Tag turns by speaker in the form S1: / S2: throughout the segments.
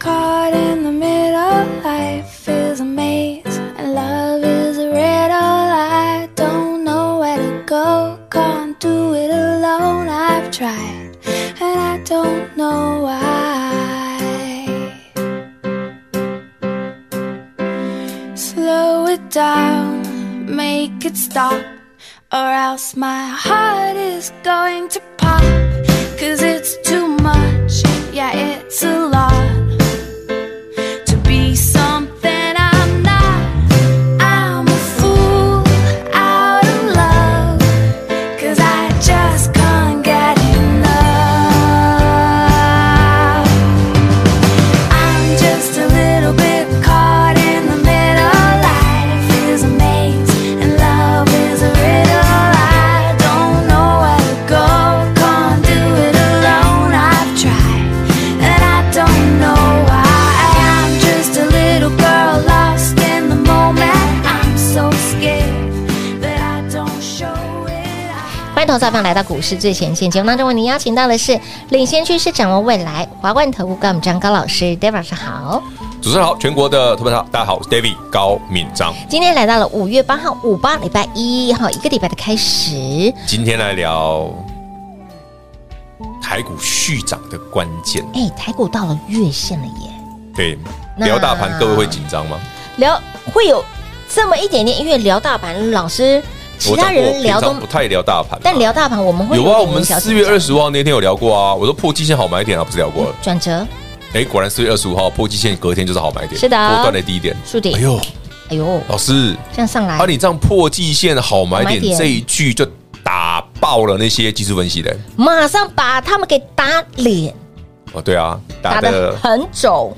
S1: caught in the middle. Life is a maze, and love is a riddle. I don't know where to go, can't do it alone. I've tried, and I don't know why. Slow it down, make it stop, or else my heart is going to pop. Cause it's too much, yeah, it's a lot to be something I'm not. I'm a fool out of love, cause I just can't get enough. I'm just a little bit caught in the middle. Life is a maze and love is a riddle. I don't know where to go, can't do it alone. I've tried and I don't know why. I'm just a little girl lost in the moment. I'm so scared that I don't show it.
S2: 欢迎投资者朋友来到股市最前线节目当中，为您邀请到的是领先趋势、掌握未来华冠投顾高敏章高老师，David 老师好。
S3: 主持人好，全国的特别好，大家好，我是 David 高敏章，
S2: 今天来到了五月八号五八礼拜一，哈，一个礼拜的开始。
S3: 今天来聊台股续涨的关键。
S2: 哎，台股到了月线了耶，
S3: 对，
S2: 那
S3: 聊大盘，各位会紧张吗？
S2: 聊会有这么一点点，因为聊大盘，老师其
S3: 我
S2: 他
S3: 讲过，我
S2: 人聊
S3: 平
S2: 都
S3: 常不，太聊大盘嘛，啊
S2: 但聊大盘我们会
S3: 有啊，
S2: 点
S3: 我们
S2: 小
S3: 四月
S2: 紧张
S3: 二十五号那天有聊过啊，我说破季线好买点啊，不是聊过了？
S2: 转折
S3: 哎，果然四月二十五号破季线，隔天就是好买点，
S2: 嗯是的
S3: 波段的低点。
S2: 树顶
S3: 哎，呦，
S2: 哎呦，
S3: 老师，
S2: 这样上来
S3: 啊，你这样破季线好买
S2: 好买点
S3: 点这一句就打爆了那些技术分析的。
S2: 马上把他们给打脸，
S3: 哦，对啊，
S2: 打
S3: 打
S2: 得
S3: 的
S2: 很肿，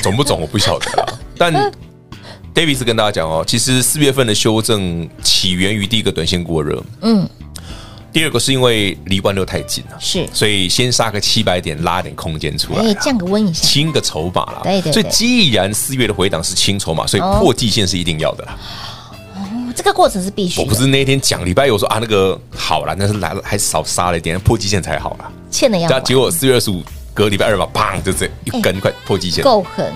S3: 总不总我不晓得啦。但 David 是跟大家讲哦，其实四月份的修正起源于第一个短线过热，
S2: 嗯，
S3: 第二个是因为离万六太近了，
S2: 是，
S3: 所以先杀个七百点，拉点空间出来
S2: 哎，
S3: 啦，
S2: 降个温一下，
S3: 清个筹码啦。
S2: 对对对
S3: 所以既然四月的回档是清筹码，所以
S2: 哦
S3: 破季线是一定要的啦。
S2: 哦这个过程是必须
S3: 我不
S2: 的，
S3: 是那天讲礼拜一我说啊那个好啦，但是来了还少杀了一点，破季线才好啦。
S2: 欠的要啊哎
S3: 但
S2: 还
S3: 结果四月二十五隔礼拜二嘛，砰就这一根快破季线，
S2: 够狠，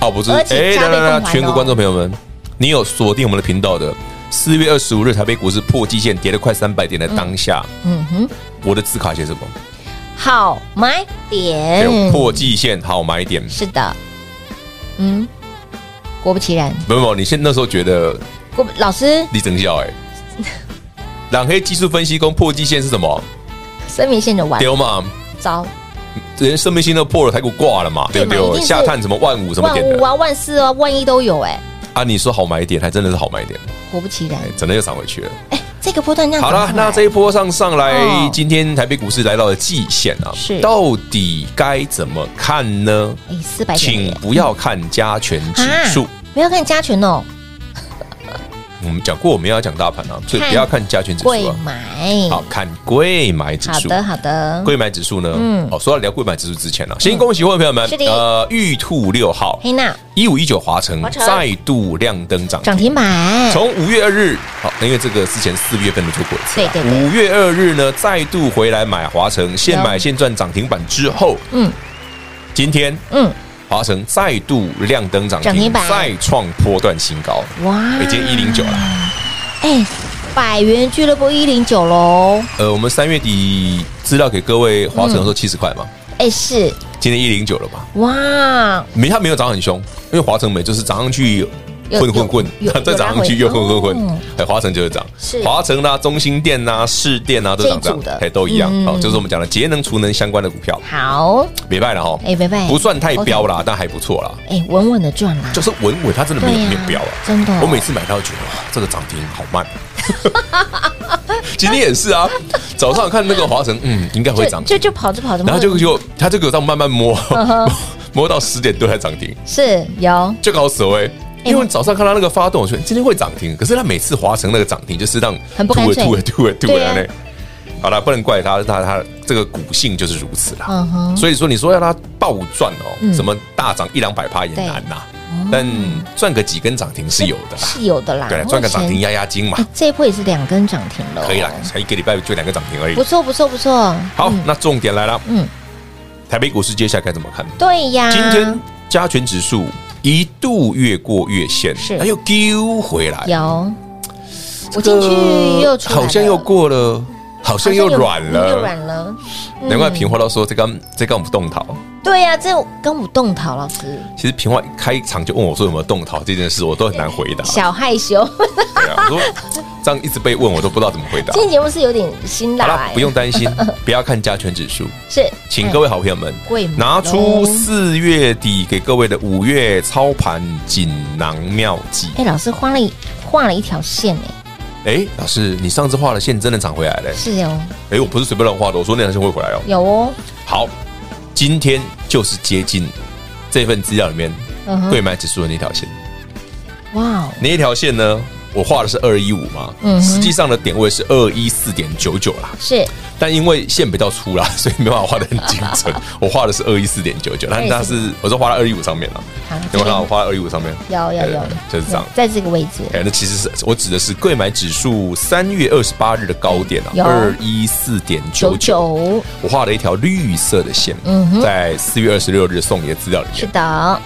S3: 哦，不是，
S2: 而且加倍
S3: 来来来
S2: 奉还哦
S3: 全国观众朋友们，你有锁定我们的频道的，四月二十五日台北股市破季线跌了快三百点的当下，
S2: 嗯哼，
S3: 我的字卡写什么？
S2: 好买点，
S3: 有破季线好买点。
S2: 是的，嗯，果不其然，
S3: 没有没有，你现那时候觉得
S2: 果不老师
S3: 你真 笑哎。朗黑技术分析工破季线是什么？
S2: 生命线的完
S3: 丢嘛，
S2: 糟，
S3: 人生命线都破了，台股挂了嘛，对不
S2: 对嘛一定
S3: 对？
S2: 是
S3: 下探什么万五什么
S2: 万
S3: 点
S2: 五
S3: 的
S2: 啊，万四啊，万一都有哎，
S3: 啊？你说好买点，还真的是好买点，
S2: 果不其然
S3: 哎，真的又涨回去了。
S2: 哎，这个波段量
S3: 好了，那这一波上上来，
S2: 哦
S3: 今天台北股市来到了季线啊，
S2: 是
S3: 到底该怎么看呢？
S2: 哎四百点
S3: 请
S2: 耶
S3: 不要看加权指数
S2: 啊，不要看加权哦，
S3: 我们讲过我们要讲大盘啊，所以
S2: 看
S3: 不要看加权指数
S2: 贵
S3: 啊，
S2: 买，
S3: 好看贵买指
S2: 好
S3: 数。
S2: 的好的，
S3: 贵买指数呢？
S2: 嗯
S3: 哦，说到聊贵买指数之前呢、啊，先恭喜各位朋友们
S2: 是的，
S3: 呃，玉兔六号
S2: 黑娜
S3: 一五一九华城
S2: 华城
S3: 再度亮灯涨停
S2: 涨停板，
S3: 从五月二日，好，因为这个之前四月份的做过一次啊。
S2: 对对对
S3: 五月二日呢，再度回来买华城，现
S2: 有
S3: 买现赚涨停板之后，
S2: 嗯
S3: 今天
S2: 嗯，
S3: 华城再度亮灯涨
S2: 涨停
S3: 停，
S2: 板
S3: 再创波段新高，
S2: 哇，
S3: 已经一零九了。
S2: 哎，百元俱乐部一零九喽，
S3: 呃，我们三月底资料给各位，华城的时候七十块嘛，
S2: 哎是
S3: 今天一零九了嘛，
S2: 哇，
S3: 没它没有涨很凶，因为华城每就是涨上去。
S2: 有
S3: 混混混
S2: 有有，
S3: 再涨上去又混混
S2: 有拉回
S3: 混，哎，华城就是涨
S2: 是，
S3: 华城啦、中心店啦、市店啦都涨
S2: 这一
S3: 涨
S2: 组的，
S3: 哎，都一样
S2: 嗯，哎
S3: 好，就是我们讲的节能储能相关的股票，
S2: 好，
S3: 别败了哈，
S2: 哎拜拜，
S3: 不算太飙啦，但还不错啦，
S2: 哎，稳稳的赚啦，
S3: 就是稳稳，它真的没有
S2: 对呀
S3: 没有飙啊，
S2: 真的哦
S3: 我每次买到觉得哇，这个涨停好慢。 今天也是啊，早上看那个华晨，嗯，应该会
S2: 就嗯
S3: 涨停，
S2: 就就跑着跑着，
S3: 然后就就他就给我这样慢慢摸，摸到十点多才涨停，
S2: 是有
S3: 就搞死我欸
S2: 哎
S3: 因为早上看到那个发动，我说今天会涨停，可是它每次划成那个涨停，就是让
S2: 很不干脆
S3: 突欸突欸突欸突
S2: 对啊
S3: 欸嘞。好了，不能怪他，他他这个股性就是如此啦。
S2: 嗯哼
S3: 所以说，你说要他暴赚哦，什么大涨一两百趴也难呐、但赚个几根涨停是有的啦。
S2: 哦是有的啦
S3: 对，，赚个涨停
S2: 呀，
S3: 压压惊嘛
S2: 哎，这一波也是两根涨停了，
S3: 可以啦，才一个礼拜就两个涨停而已
S2: 不。错不错不错，
S3: 好
S2: 嗯，
S3: 那重点来了，
S2: 嗯
S3: 嗯，台北股市接下来该怎么看？
S2: 对呀，
S3: 今天加权指数一度越过月线，
S2: 是
S3: 它又丢回来，
S2: 有我
S3: 这
S2: 进
S3: 个
S2: 去又出来了
S3: 哎好像又过了，好像又
S2: 好
S3: 软
S2: 像又软
S3: 了。
S2: 了，嗯
S3: 难怪平花都说这刚这刚不动逃。
S2: 对呀，这跟我动桃老师
S3: 其实平花一开场就问我说有没有动逃这件事，我都很难回答。
S2: 小害羞，
S3: 对啊，我说这样一直被问，我都不知道怎么回答
S2: 今。天节目是有点辛
S3: 好
S2: 辣，
S3: 了
S2: 哎，
S3: 不用担心，不要看加权指 数，
S2: 是，
S3: 请
S2: 哎
S3: 各位好朋友们
S2: 贵买
S3: 拿出
S2: 咯
S3: 四月底给各位的五月操盘锦囊妙计。
S2: 哎，老师画了一画了一条线，哎，
S3: 哎，老师，你上次画的线真的涨回来了。
S2: 是哦，
S3: 哎，我不是随便乱画的，我说那条线会回来哦。
S2: 有哦，
S3: 好，今天就是接近这份资料里面
S2: 嗯哼
S3: 贵买指数的那条线。
S2: 哇哦，
S3: 那一条线呢，我画的是二一五嘛，
S2: 嗯哼
S3: 实际上的点位是二一四点九九啦。
S2: 是
S3: 但因为线比较粗啦， 所以没办法画的很精 准。我画的是二一四点九九，但它是我是画在二一五上面了。
S2: 好
S3: 有没有看到我画在二一五上面？
S2: 有有
S3: 对
S2: 有，
S3: 就是这样。
S2: 在这个位置，
S3: 哎，那其实是我指的是贵买指数三月二十八日的高点啊，
S2: 有
S3: 二一四点九
S2: 九
S3: 九。
S2: 九，
S3: 我画了一条绿色的线，
S2: 嗯哼
S3: 在四月二十六日送你的资料里
S2: 是
S3: 面。
S2: 的，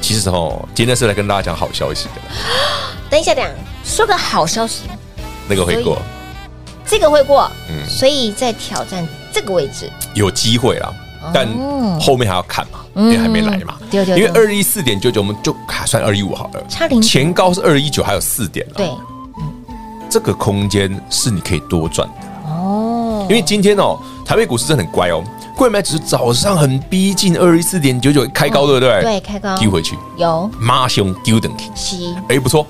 S3: 其实哦，今天是来跟大家讲好消息的，
S2: 等一下，等一下说个好消息，
S3: 那个会过
S2: 哎这个会过，
S3: 嗯
S2: 所以在挑战这个位置，
S3: 有机会啦，但后面还要看嘛，因为还没来嘛
S2: 哦嗯。对对对
S3: 因为二一四点九九，我们就啊算二一五好了，
S2: 差零
S3: 前高是二一九，还有四点了。
S2: 对，
S3: 这个空间是你可以多赚的，
S2: 哦，
S3: 因为今天哦，台北股市真的很乖哦，贵买指数早上很逼近二一四点九九开高，对不对？
S2: 哦对开高
S3: 丢回去，
S2: 有
S3: 马上丢等去，
S2: 七，
S3: 哎，不错，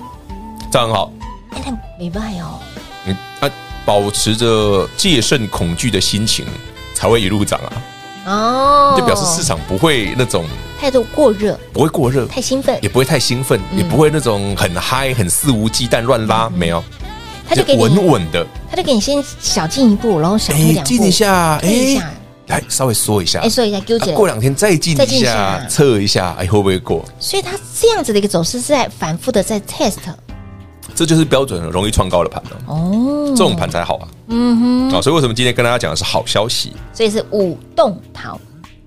S3: 这样很好。
S2: 哎，但没办法哦，
S3: 嗯，啊，保持着戒慎恐惧的心情，才会一路涨啊。
S2: 哦，
S3: 就表示市场不会那种
S2: 态度过热，
S3: 不会过热，
S2: 太兴奋
S3: 也，不会太兴奋，
S2: 嗯
S3: 也不会那种很嗨、很肆无忌惮乱拉，没有，
S2: 他就给
S3: 稳
S2: 你，
S3: 稳的，哎
S2: 他就给你先小进一步，然后小退两步，
S3: 进一下，哎
S2: 退一下，
S3: 来稍微缩一下
S2: 哎，，说一下纠
S3: 啊
S2: 结，
S3: 过两天再进
S2: 再
S3: 一
S2: 进一
S3: 下
S2: 下，
S3: 测一下，哎，会不会过？
S2: 所以他这样子的一个走势是在反复的在 test，
S3: 这就是标准的容易创高的盘了，
S2: 哦，
S3: 这种盘才好啊。
S2: 嗯
S3: 啊，所以为什么今天跟大家讲的是好消息？
S2: 哼，所以是舞动桃，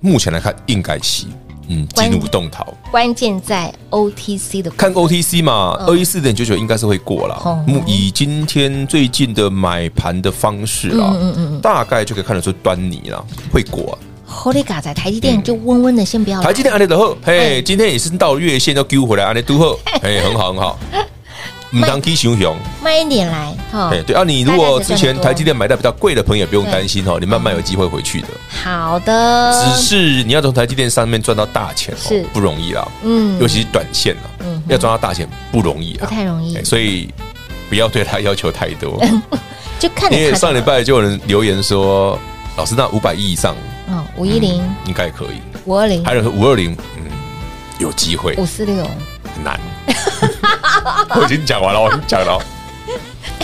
S3: 目前来看，应该是嗯，
S2: 关
S3: 进入动逃。
S2: 关键在 OTC 的
S3: 看 OTC 嘛，二一四点九九应该是会过
S2: 嗯哦
S3: 了。目以今天最近的买盘的方式
S2: 嗯
S3: 啦，大概就可以看得出端倪啦，会过、
S2: Holy God，在台积电就温温的，先不要
S3: 啊。
S2: 来
S3: 台积电安利的后，
S2: 哎
S3: 嘿，今天也是到月线都丢回来，安利 都后，哎，很好很好。唔当低熊熊，
S2: 慢一点来哈
S3: 哎，。对啊，你如
S2: 哦大
S3: 果
S2: 家才
S3: 之
S2: 赚得
S3: 前
S2: 多
S3: 台积电买到比较贵的朋友，不用担心哦，你慢慢有机会回去的。
S2: 好的，
S3: 只是你要从台积电上面赚到大钱
S2: 嗯是
S3: 哦，不容易啦，
S2: 嗯
S3: 尤其是短线啊，要赚到大钱不容易
S2: 不
S3: 啊，
S2: 太容易
S3: 哎，所以不要对它要求太 多。
S2: 就看
S3: 因
S2: 着
S3: 为
S2: 它就好。
S3: 上礼拜就有人留言说，老师那五百亿以上
S2: 嗯，五一零、
S3: 应该可以，
S2: 五二零、
S3: 还有人说五二零，嗯，有机会
S2: 五四六，
S3: 很难。 我已经讲完了，我已经讲了，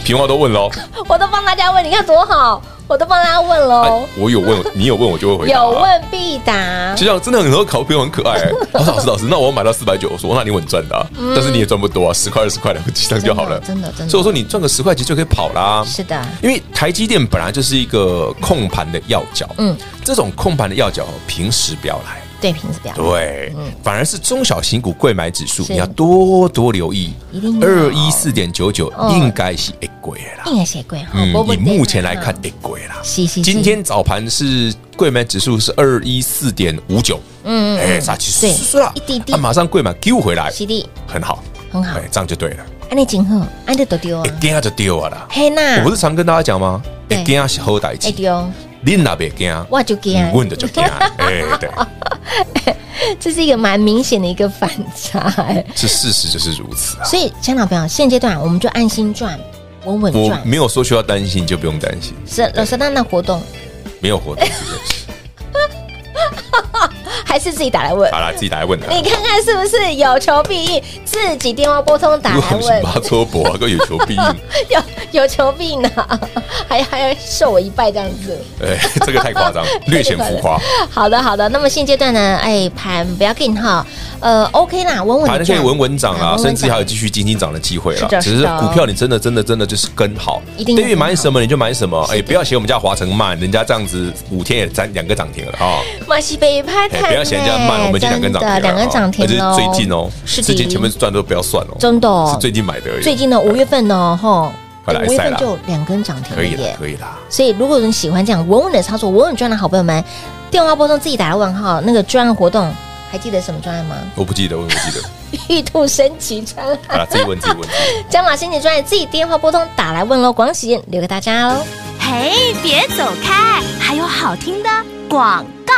S3: 平话都问哦喽、
S2: 我都帮大家问，你看多好，我都帮大家问喽
S3: 哎，我有问，你有问我就啊会回答、
S2: 哦有。问必答
S3: 就。像真的很多考朋友很可爱、欸，他说老师老师，那我买到四百九，我说那你稳赚的、啊，但是你也赚不多啊，十块二十块的，这样就好了。
S2: 嗯真的真的真的
S3: 所以我说你赚个十块钱就可以跑啦。
S2: 是的，
S3: 因为台积电本来就是一个控盘的要角，
S2: 嗯
S3: 嗯，这种控盘的要角平时不要来，
S2: 对瓶子表，
S3: 对，反而是中小型股贵买指数，
S2: 嗯是
S3: 你要多多留意
S2: 一定，要
S3: 二一四点九九
S2: 嗯
S3: 应该是一贵啦，
S2: 应该写贵哈。
S3: 嗯
S2: 我，不
S3: 以目前来看
S2: 嗯
S3: 一贵啦。
S2: 是是是
S3: 今天早盘是贵买指数是二一四点五九，
S2: 嗯
S3: 哎，啥其
S2: 对
S3: 实了
S2: 一滴滴
S3: 啊马上贵买丢回来，
S2: 西弟
S3: 很好，
S2: 很好
S3: 哎，这样就对了，
S2: 安内景鹤，安内都丢啊
S3: 一，惊就丢了啦。
S2: 嘿
S3: 我
S2: 娜
S3: 不，是常跟大家讲吗？
S2: 嗯对
S3: 一惊是好代志
S2: 哎，丢，
S3: 你那别惊，
S2: 我就惊
S3: 你问的就惊， 哎，对，
S2: 这是一个蛮明显的一个反差哎。
S3: 是事实就是如此啊。
S2: 所以，亲爱的朋友，现阶段我们就安心赚，稳稳
S3: 我
S2: 赚。
S3: 没有说需要担心，你就不用担心，
S2: 是老师那那活动
S3: 没有活动这件事。
S2: 还是自己打来问？
S3: 好啦，自己打来问他。
S2: 你看看是不是有求必应？自己电话拨通打
S3: 如果
S2: 来
S3: 不是
S2: 问，
S3: 八撮博啊，个有求必应。
S2: 有有求必应啊，还还要受我一拜这样子。
S3: 哎，这个太夸张，略显浮 夸。
S2: 好的，好的。那么现阶段呢，哎，盘不要跟哈，呃，OK 啦，稳稳
S3: 反
S2: 的
S3: 正现在稳稳涨
S2: 啊
S3: 啦，
S2: 稳稳
S3: 甚至
S2: 涨
S3: 还有继续金金涨的机会
S2: 是
S3: 啦
S2: 的。
S3: 只
S2: 是
S3: 是
S2: 的
S3: 股票你真的真的真的就是跟好，哎
S2: 一定要跟好
S3: 买什么你就买什么，哎，不要嫌我们家华城慢，人家这样子五天也涨两个涨停了 啊。
S2: 马西北派
S3: 哎
S2: 太，
S3: 不要嫌人家慢，我们已经两根涨停了啊，
S2: 两根涨停
S3: 而且
S2: 喽，
S3: 是最近哦，
S2: 是
S3: 最近
S2: 的
S3: 前面赚都不要算哦，
S2: 真的哦
S3: 是最近买的而已。
S2: 最近呢，五月份呢，吼，
S3: 快来
S2: 五月
S3: 塞
S2: 份
S3: 啦
S2: 就两根涨停
S3: 可
S2: 了
S3: 以啦
S2: 耶，。
S3: 可以啦，
S2: 所以如果你喜欢这样稳稳的操作、稳稳赚的好朋友们，电话拨通自己打来问哈。那个专案活动还记得什么专 案吗？
S3: 我不记得，我不记得，
S2: 玉兔升级专案，
S3: 好了，自己问自己问。自己问
S2: 江马升级专案，自己电话拨通打来问喽。广喜留给大家喽。
S4: 嘿，别走开，还有好听的广告。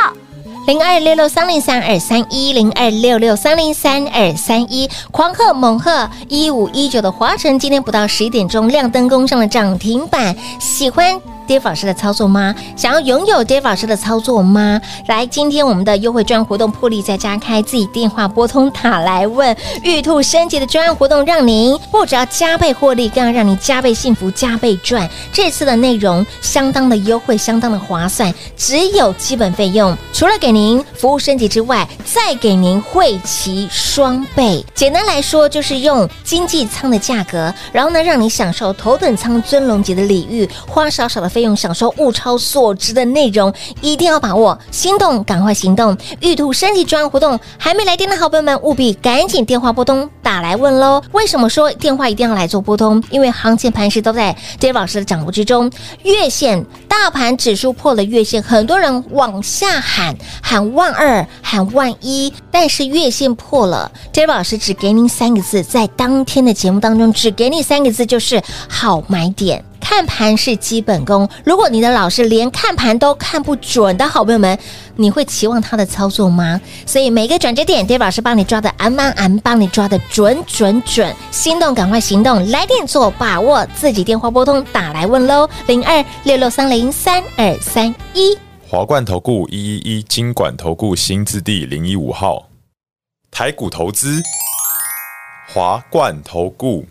S2: 零二六六三零三二三一零二六六三零三二三一，狂贺猛贺一五一九的华晨，今天不到十一点钟亮灯攻上了涨停板。喜欢 d a v 老师的操作吗？想要拥有 d a v 老师的操作吗？来，今天我们的优惠专案活动破例再加开，自己电话拨通塔来问玉兔升级的专案活动，让您不只要加倍获利，更要让你加倍幸福、加倍赚。这次的内容相当的优惠，相当的划算，只有基本费用，除了给您服务升级之外，再给您汇齐双倍。简单来说，就是用经济舱的价格，然后呢，让你享受头等舱尊龙级的礼遇，花少少的费用享受物超所值的内容，一定要把握，心动赶快行动！玉兔升级专案活动还没来电的好朋友们，务必赶紧电话拨通打来问喽。为什么说电话一定要来做拨通？因为行情盘势都在 Dave 老师的掌握之中，月线大盘指数破了月线，很多人往下喊喊万二，喊万一，但是月线破了，Dave 老师只给您三个字，在当天的节目当中只给你三个字，就是好买点。看盘是基本功，如果你的老师连看盘都看不准的好朋友们，你会期望他的操作吗？所以每个转折点，Dave 老师帮你抓的安安安，帮你抓的准准准，心动赶快行动，来电做把握，自己电话拨通打来问喽，零二六六三零三二三一。
S5: 华冠投顾一一一金管投顾新字第零一五号，台股投资，华冠投顾。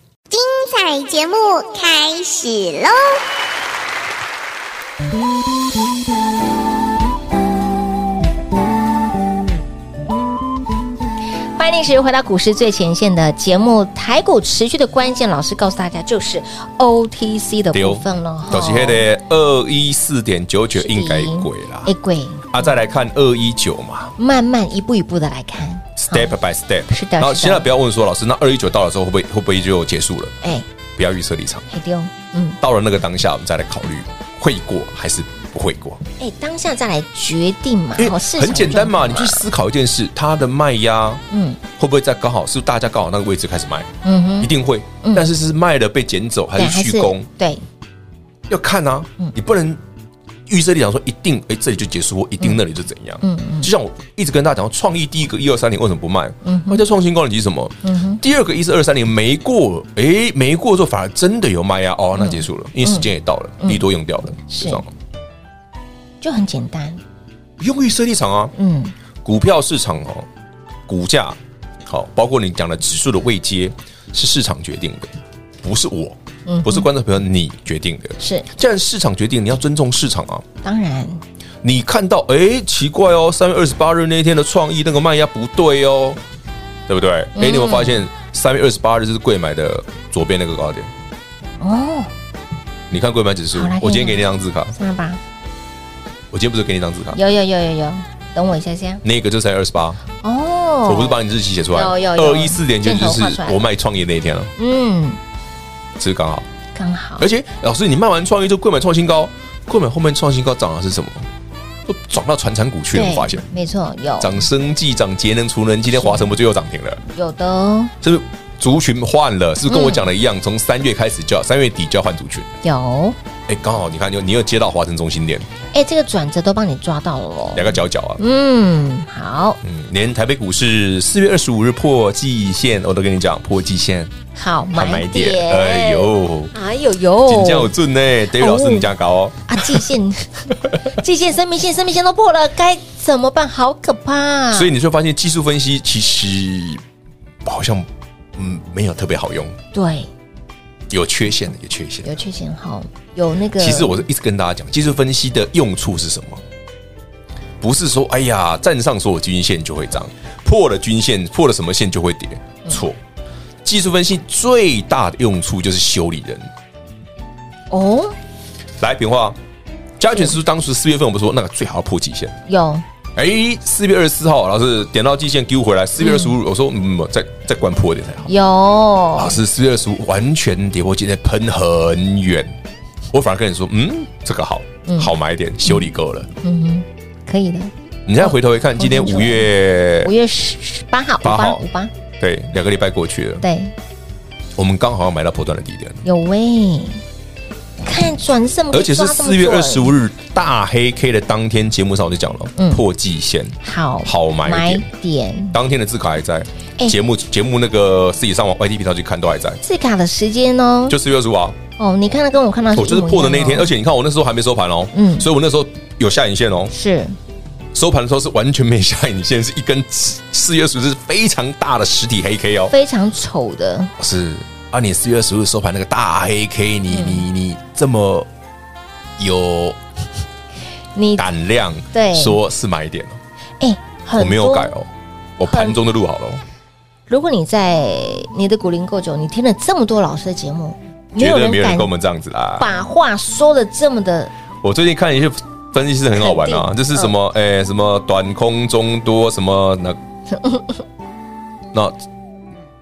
S6: 彩节目开始喽！
S2: 欢迎时回到股市最前线的节目，台股持续的关键，老师告诉大家就是 OTC 的部分了，
S3: 哦就是那个二一四点九九应该鬼啦
S2: 哎。贵，
S3: 啊，再来看二一九嘛
S2: 慢慢一步一步的来看
S3: ，step by step。
S2: 嗯是的
S3: 然后
S2: 是的
S3: 现在不要问说老师，那二一九到了之后会不会会不会就结束了？
S2: 哎，
S3: 不要预设立场，
S2: 海丢，嗯，
S3: 到了那个当下我们再来考虑会过还是不会过。
S2: 哎，当下再来决定嘛，
S3: 因为
S2: 哦市
S3: 很
S2: 场
S3: 简单嘛，
S2: 状
S3: 你
S2: 况
S3: 去思考一件事，它的卖压，
S2: 嗯
S3: 嗯，会不会在刚好是大家刚好那个位置开始卖？
S2: 嗯哼，
S3: 一定会，但是是卖了被捡走还
S2: 对，嗯
S3: 是续供？
S2: 对，
S3: 要看啊，你不能预设立场说一定，哎，这里就结束，或一定那里就怎样。嗯嗯，就像我一直跟大家讲，创意第一个一二三零为什么不卖？嗯，那叫创新高，你是什么？
S2: 嗯
S3: 第二个一是二三零没过，哎，没过之后反而真的有卖压，哦，那结束了，因为时间也到了，利多用掉了，
S2: 嗯是
S3: 就这样
S2: 就很简单，
S3: 不用预设立场啊，
S2: 嗯，
S3: 股票市场哦，股价好，包括你讲的指数的位阶是市场决定的，不是我，
S2: 嗯
S3: 不是观众朋友你决定的。
S2: 是
S3: 既然市场决定，你要尊重市场啊。
S2: 当然，
S3: 你看到哎、诶奇怪哦，三月二十八日那一天的创意那个卖压不对哦，对不对？哎、
S2: 嗯
S3: 你有没有发现三月二十八日是贵买的左边那个高点？
S2: 哦，
S3: 你看贵买指数
S2: 好来，
S3: 我今天
S2: 看
S3: 给
S2: 一下
S3: 你一张字卡，
S2: 三二八，
S3: 我今天不是给你一张字卡，
S2: 有有有有有，等我一下先，
S3: 那个就是三月二十八，
S2: 哦，
S3: 我不是把你日期写出来，
S2: 有有有
S3: 二一四点九
S2: 箭头
S3: 就
S2: 画
S3: 是
S2: 出来哦
S3: 我卖创意那一天了、
S2: 嗯，
S3: 这是刚好。
S2: 刚好
S3: 而，且老师，你卖完创意就贵买创新高，贵买后面创新高涨的是什么？都转到传产股去了，我发现
S2: 没错，有
S3: 涨生技、涨节能、储能，今天华晨不就又涨停了？
S2: 有的哦
S3: 是不是族群换了？是不
S2: 嗯
S3: 是跟我讲的一样？从三月开始就要，三月底就要换族群。
S2: 有，
S3: 哎，刚好你看，你又你又接到华晨中心店
S2: 哎，这个转折都帮你抓到了哦，
S3: 两个角角啊，
S2: 嗯，好，
S3: 嗯，连台北股市四月二十五日破季线，我都跟你讲破季线，
S2: 好
S3: 看
S2: 买点，
S3: 哎，呦，
S2: 哎呦
S3: 金价有
S2: 呦，
S3: 准呢，David 老师你这样搞哦，
S2: 啊，季线，季线、生命线、生命线都破了，该怎么办？好可怕、
S3: 所以你就会发现技术分析其实好像嗯没有特别好用，
S2: 对，
S3: 有缺陷的，有缺陷的
S2: 有。缺陷好，有那个。
S3: 其实我是一直跟大家讲，技术分析的用处是什么？不是说哎呀，站上所有均线就会涨，破了均线，破了什么线就会跌。
S2: 嗯
S3: 错，技术分析最大的用处就是修理人。
S2: 哦，
S3: 来，平话，加权指数当时四月份我们说那个最好要破极限。
S2: 有
S3: 哎，四月二十四号，老师点到极限丢回来，四月二十五，我说嗯，再再关破一点才好。老
S2: 有，
S3: 师，四月二十五完全跌破今天喷很远，我反而跟你说，嗯，这个好，好买点，修理够了。
S2: 可以的。
S3: 你再回头一看，今天
S2: 哦
S3: 五月
S2: 五月十八号，五八
S3: 八号
S2: 五八，
S3: 对两个礼拜过去了，
S2: 对，
S3: 我们刚好要买到波段的低点，
S2: 有喂。看转这么快，
S3: 而且是
S2: 抓这么
S3: 四月
S2: 准
S3: 二十五日大黑 K 的当天，节目上我就讲了，破季线，
S2: 好
S3: 好买点
S2: 点。
S3: 当天的字卡还在
S2: 哎，
S3: 节目节目那个自己上网 YT 频道去看都还在，
S2: 字卡的时间哦，
S3: 就四月二十五啊，
S2: 哦，你看到跟我看到一模
S3: 我
S2: 一
S3: 就
S2: 样
S3: 是
S2: 哦，
S3: 破的那一天，而且你看我那时候还没收盘哦，
S2: 嗯
S3: 所以我那时候有下影线哦，
S2: 是
S3: 收盘的时候是完全没下影线，是一根四月二十五日非常大的实体黑 K 哦，
S2: 非常丑的，
S3: 老师啊，你四月十日收盘那个大黑 K，你、
S2: 嗯
S3: 你你这么有
S2: 你哎、
S3: 胆量，
S2: 对
S3: 说是买点哦，
S2: 很
S3: 我没有
S2: 多
S3: 改。哦，我盘中的录好了、哦，
S2: 如果你在你的股龄够久，你听了这么多老师的节目，没
S3: 觉
S2: 有
S3: 得
S2: 人
S3: 没有人
S2: 敢
S3: 跟我们这样子啦。
S2: 把话说的这么的
S3: 我最近看一些分析师很好玩啊，
S2: 肯定
S3: 就是什么
S2: 嗯
S3: 诶、什么短空中多 什么那那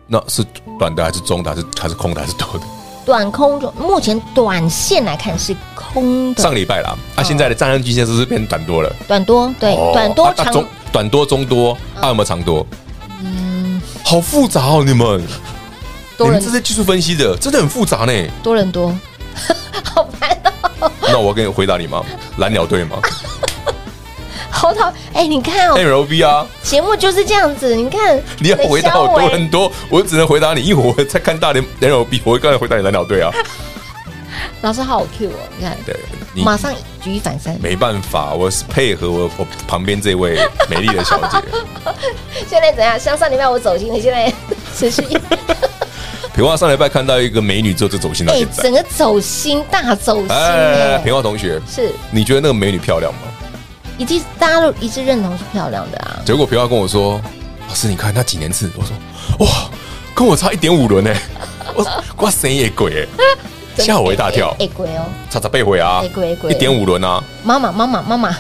S3: 那是短的还是中的还是还是空的还是多的？
S2: 短空中，目前短线来看是空的，
S3: 上礼拜啦，啊，现在的站上均线是不是变短多了？
S2: 短多对，嗯
S3: 哦
S2: 哎短多
S3: 啊啊
S2: 长、嗯
S3: 中短多中多，啊有没有长多？好复杂哦，你们，你
S2: 多
S3: 们
S2: 人
S3: 这些技术分析的真的很复杂 呢。
S2: 多人多，好烦哦，
S3: 那我跟你回答你吗？蓝鸟队吗
S2: 好讨哎、你看 哦，
S3: ？MLB 啊，
S2: 节目就是这样子，你看哎
S3: 你要回答我
S2: 很
S3: 多
S2: 消微
S3: 很多，我只能回答你，因为我在看大连 MLB，我刚才回答你蓝鸟队 啊。
S2: 老师好 Q 哦，你看
S3: 对，你
S2: 马上举一反三，
S3: 没办法，我是配合我我旁边这位美丽的小 姐。
S2: 现在怎样？像上礼拜我走心了，现 在持续
S3: 平话上礼拜看到一个美女之后就走心到
S2: 哎、
S3: 现在
S2: 整。个走心大走心
S3: 哎，
S2: 哎、
S3: 平话同学，
S2: 是
S3: 你觉得那个美女漂亮吗？
S2: 一致大家都一致认同是漂亮的啊，
S3: 结果平话跟我说：“老师，你看她几年次？”我说：“哇，跟我差一点五轮 呢！我我神也鬼哎，吓我一大跳
S2: 哎、，哎鬼哦，
S3: 差差倍回啊
S2: 哎鬼，鬼
S3: 一点五轮啊，
S2: 妈妈妈妈妈妈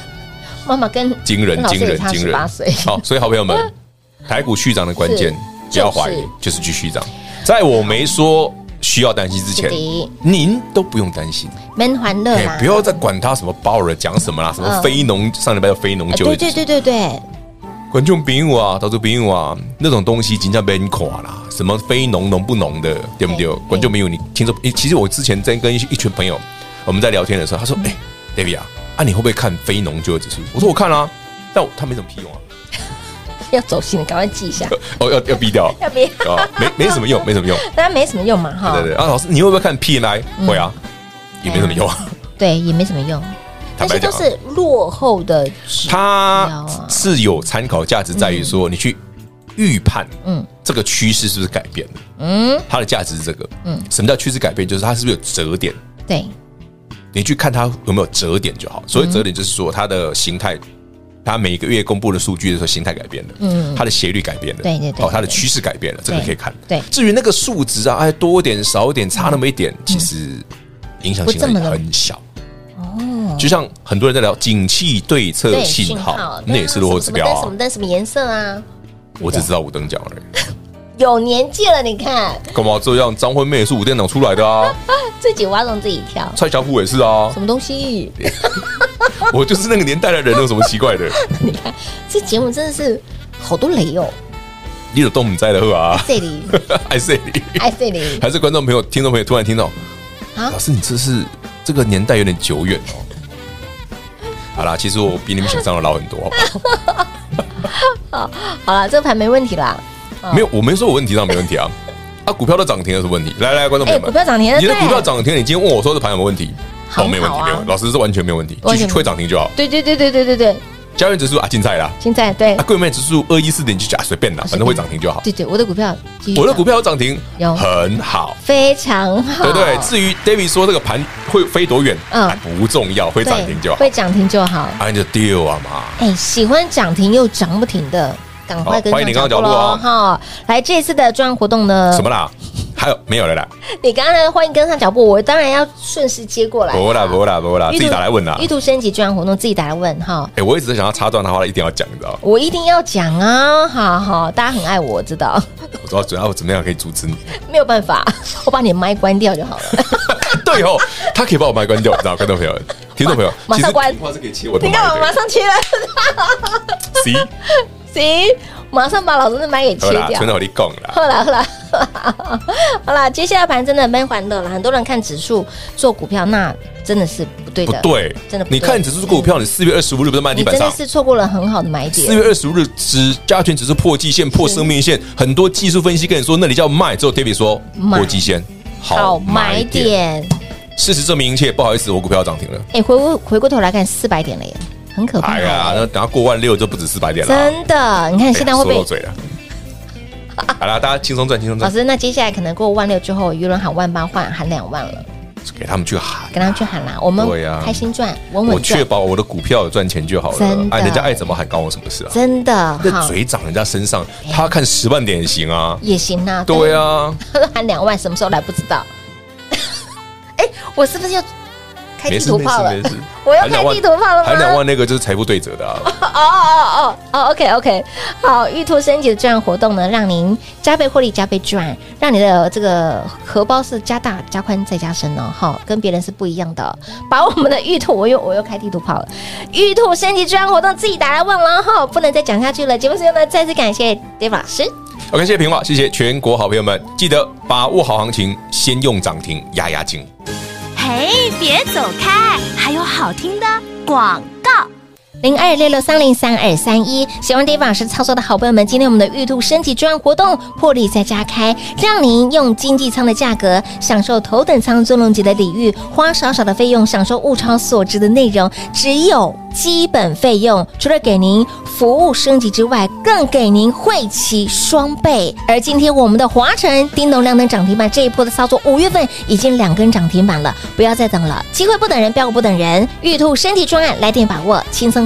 S2: 妈妈跟
S3: 惊人
S2: 跟老师
S3: 惊
S2: 也
S3: 人
S2: 差
S3: 惊
S2: 十
S3: 人
S2: 八岁。！
S3: 好，所以好朋友 们，台股续涨的关键
S2: 是
S3: 不要怀疑，就是继续涨。在我没说需要担心之前
S2: 是的，
S3: 您都不用担心，
S2: 闷欢乐
S3: 哎
S2: 啦，，
S3: 不要再管他什么鲍尔讲什么啦，什么
S2: 嗯
S3: 非农上礼拜的非农
S2: 哎
S3: 就
S2: 对
S3: 业
S2: 对对对对，
S3: 观众朋友啊，投资朋友啊，那种东西真正被你垮啊啦，什么非农农不农的，对不对
S2: 对？
S3: 观众朋友，你听说？诶其实我之前在跟一一群朋友我们在聊天的时候，他说：“哎、d a v i d 啊，啊你会不会看非农就业指数？”我说：“我看啦、但我他没什么屁用啊，
S2: 要走心，赶快记一下，
S3: 哦要 要逼掉
S2: 要别，
S3: 啊，没没什么用，没什么用。
S2: 大家没什么用嘛哈，
S3: 对对对啊，老师你会不会看 PMI？、会啊，也没什么用啊。
S2: 对也没什么用，
S3: 坦
S2: 但
S3: 白
S2: 是
S3: 讲
S2: 都
S3: 啊
S2: 是落后的指标
S3: 它
S2: 啊，
S3: 是有参考价值，在于说你去预判，
S2: 嗯
S3: 嗯，这个趋势是不是改变了？
S2: 嗯，
S3: 它的价值是这个，
S2: 嗯
S3: 嗯，什么叫趋势改变？就是它是不是有折点？
S2: 对，
S3: 你去看它有没有折点就好。所谓折点，就是说它的形态，它每个月公布的数据的时候，形态改变了，
S2: 嗯
S3: 嗯，它的斜率改变了，
S2: 对对对
S3: 哦，它的
S2: 对
S3: 趋势改变了，这个可以看。
S2: 对嗯
S3: 至于那个数值啊，哎，多点少点，差那么一点，其实影响
S2: 不
S3: 性
S2: 这么的
S3: 很小。
S2: 哦，
S3: 就像很多人在聊景气对策信号，那也是落后指标
S2: 啊什么灯
S3: 啊。
S2: 什么灯什么颜色啊？
S3: 我只知道五等奖而已。
S2: 有年纪了，你看
S3: 干嘛这样？张惠妹也是五店长出来的啊，
S2: 自己挖洞自己跳，
S3: 蔡小虎也是啊
S2: 什，么东 西？
S3: 我就是那个年代的人，有什么奇怪的？
S2: 这节目真的是好多雷哦，
S3: 你有动在的啊？
S2: 这 里
S3: 爱谁你？
S2: 爱这里
S3: 还是观众朋友、听众朋友突然听到，
S2: 啊
S3: 老师，你这是这个年代有点久远 哦。好啦，其实我比你们想象的老很多，好不 好？
S2: 好了，这个盘没问题啦。
S3: 没有，我没说我问题上没问题啊。啊，股票都涨停了是问题。来来，观众朋
S2: 哎，
S3: 友
S2: 股
S3: 们，
S2: 票涨停了，
S3: 你的
S2: 对
S3: 股票涨停，你今天问我说这盘有没有问题？
S2: 很好啊
S3: 没有问题，没有问题，老师是完全没有问题，
S2: 完
S3: 继
S2: 全
S3: 续
S2: 没
S3: 会涨停就好。
S2: 对对对对对对对，
S3: 加元指数啊，竞赛啦。
S2: 现在对
S3: 啊，贵买指数二一四点七九啊，随
S2: 哦
S3: 便啦，反正会涨停就好。
S2: 对对，我的股票继续
S3: 我的
S2: 涨
S3: 股票有涨停
S2: 有，
S3: 很好，
S2: 非常好，
S3: 对不对？至于 David 说这个盘会飞多远，
S2: 哦嗯
S3: 啊不重要，会
S2: 对
S3: 涨停就好
S2: 会。涨停就好。
S3: 啊，你就丢啊嘛，
S2: 哎，喜欢涨停又涨不停的，赶快
S3: 好
S2: 跟
S3: 欢迎
S2: 上
S3: 你刚刚
S2: 脚步
S3: 脚步
S2: 喽
S3: 哦
S2: 哈！来，这次的专案活动呢
S3: 什，么啦？还有没有了啦？
S2: 你刚刚欢迎跟上脚步，我当然要顺势接过来。
S3: 不啦不啦不啦，
S2: 玉兔
S3: 自己打来问啦
S2: 玉。兔升级专案活动自己打来问哈。
S3: 哎，我一直想要插断他话，一定要讲，你知道吗？
S2: 我一定要讲啊！好好，大家很爱我，我知道，
S3: 我知道主要我怎么样可以阻止你？
S2: 没有办法， 我把你的麦关掉就好了。
S3: 对哦，他可以把我麦关掉，你知道，观众 朋友、听众朋友，
S2: 马马上
S3: 其实
S2: 关
S3: 电话是可以切我的
S2: 你
S3: 麦
S2: 看，我马
S3: 的。
S2: 上切了，
S3: C，
S2: 行，马上把老师的麦给切
S3: 好啦，
S2: 掉
S3: 存。到你讲啦。
S2: 好啦好啦好啦 好啦，接下来盘真的蛮缓的啦，很多人看指数做股票，那真的是不对
S3: 不
S2: 的，
S3: 对，
S2: 真的不对
S3: 你看指数股票，你四月二十五日不是卖地
S2: 你
S3: 板
S2: 真的
S3: 上？
S2: 是错过了很好的买
S3: 四
S2: 点。
S3: 月二十五日，指加权指数破季线、破生命线，很多技术分析跟你说那里叫卖，之后 David 说
S2: 买
S3: 破季线
S2: 好买。点，
S3: 事实证明一切，不好意思，我股票涨停了。
S2: 哎、回过回过头来看，四百点了耶，很可怕
S3: 哎、呀，那等下过万六就不止四百点了啊。
S2: 真的。你看现在会
S3: 哎呀说
S2: 被
S3: 到嘴了。好啦，大家轻松赚，轻松
S2: 老
S3: 赚，
S2: 师，那接下来可能过万六之后，舆论喊万八换喊两万了，
S3: 给他们去喊。
S2: 跟他去喊啦，我们
S3: 对呀
S2: 开心赚，稳
S3: 我
S2: 稳
S3: 确
S2: 赚，
S3: 保我的股票有赚钱就好了
S2: 真。的
S3: 哎，人家爱怎么喊关我什么事啊？
S2: 真的
S3: 那
S2: 哈
S3: 嘴长人家身上，他看十万点也行啊。
S2: 也行啦。
S3: 对啊，
S2: 他说 喊两万，什么时候来不知道。 哎、我是不是又开
S3: 没
S2: 地
S3: 事
S2: 图
S3: 没事
S2: 炮了
S3: 没？事。
S2: 我要
S3: 喊两
S2: 开
S3: 万
S2: 地图炮了吗？
S3: 喊两万那个就是财富对折的啊。
S2: 哦哦哦哦，OK OK，好，玉兔升级的这样活动呢，让您加倍获利、加倍赚，让你的这个荷包是加大、加宽、再加深哦，好，跟别人是不一样的哦、把我们的玉兔，我又我又开地图炮了，玉兔升级这样活动自己打来问了哈，不能再讲下去了。节目最后呢，再次感谢 Dave 老师。
S3: OK，谢谢平话，谢谢全国好朋友们，记得把握好行情，先用涨停压压惊。
S4: 嘿，别走开，还有好听的广告。
S2: 零二六六三零三二三一，喜欢 Dave 老师操作的好朋友们，今天我们的玉兔升级专案活动破例再加开，让您用经济舱的价格享受头等舱尊龙级的礼遇，花少少的费用享受物超所值的内容，只有基本费用，除了给您服务升级之外，更给您汇齐双倍。而今天我们的华晨叮咚亮灯涨停板这一波的操作，五月份已经两根涨停板了，不要再等了，机会不等人，标股不等人，玉兔身体专案来电把握，轻松